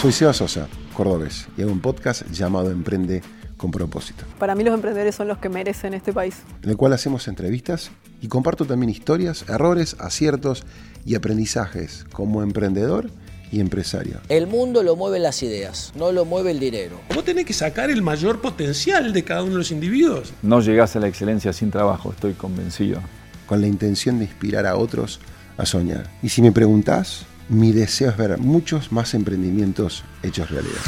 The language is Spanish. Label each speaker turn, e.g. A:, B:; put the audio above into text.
A: Soy Seba Sosa, cordobés, y hago un podcast llamado Emprende con propósito,
B: Para mí los emprendedores son los que merecen este país.
A: en el cual hacemos entrevistas y comparto también historias, errores, aciertos y aprendizajes como emprendedor y empresario.
C: El mundo lo mueven las ideas, no lo mueve el dinero.
D: Vos tenés que sacar el mayor potencial de cada uno de los individuos.
E: No llegás a la excelencia sin trabajo, estoy convencido.
A: con la intención de inspirar a otros a soñar. Y si me preguntás, mi deseo es ver muchos más emprendimientos hechos realidad.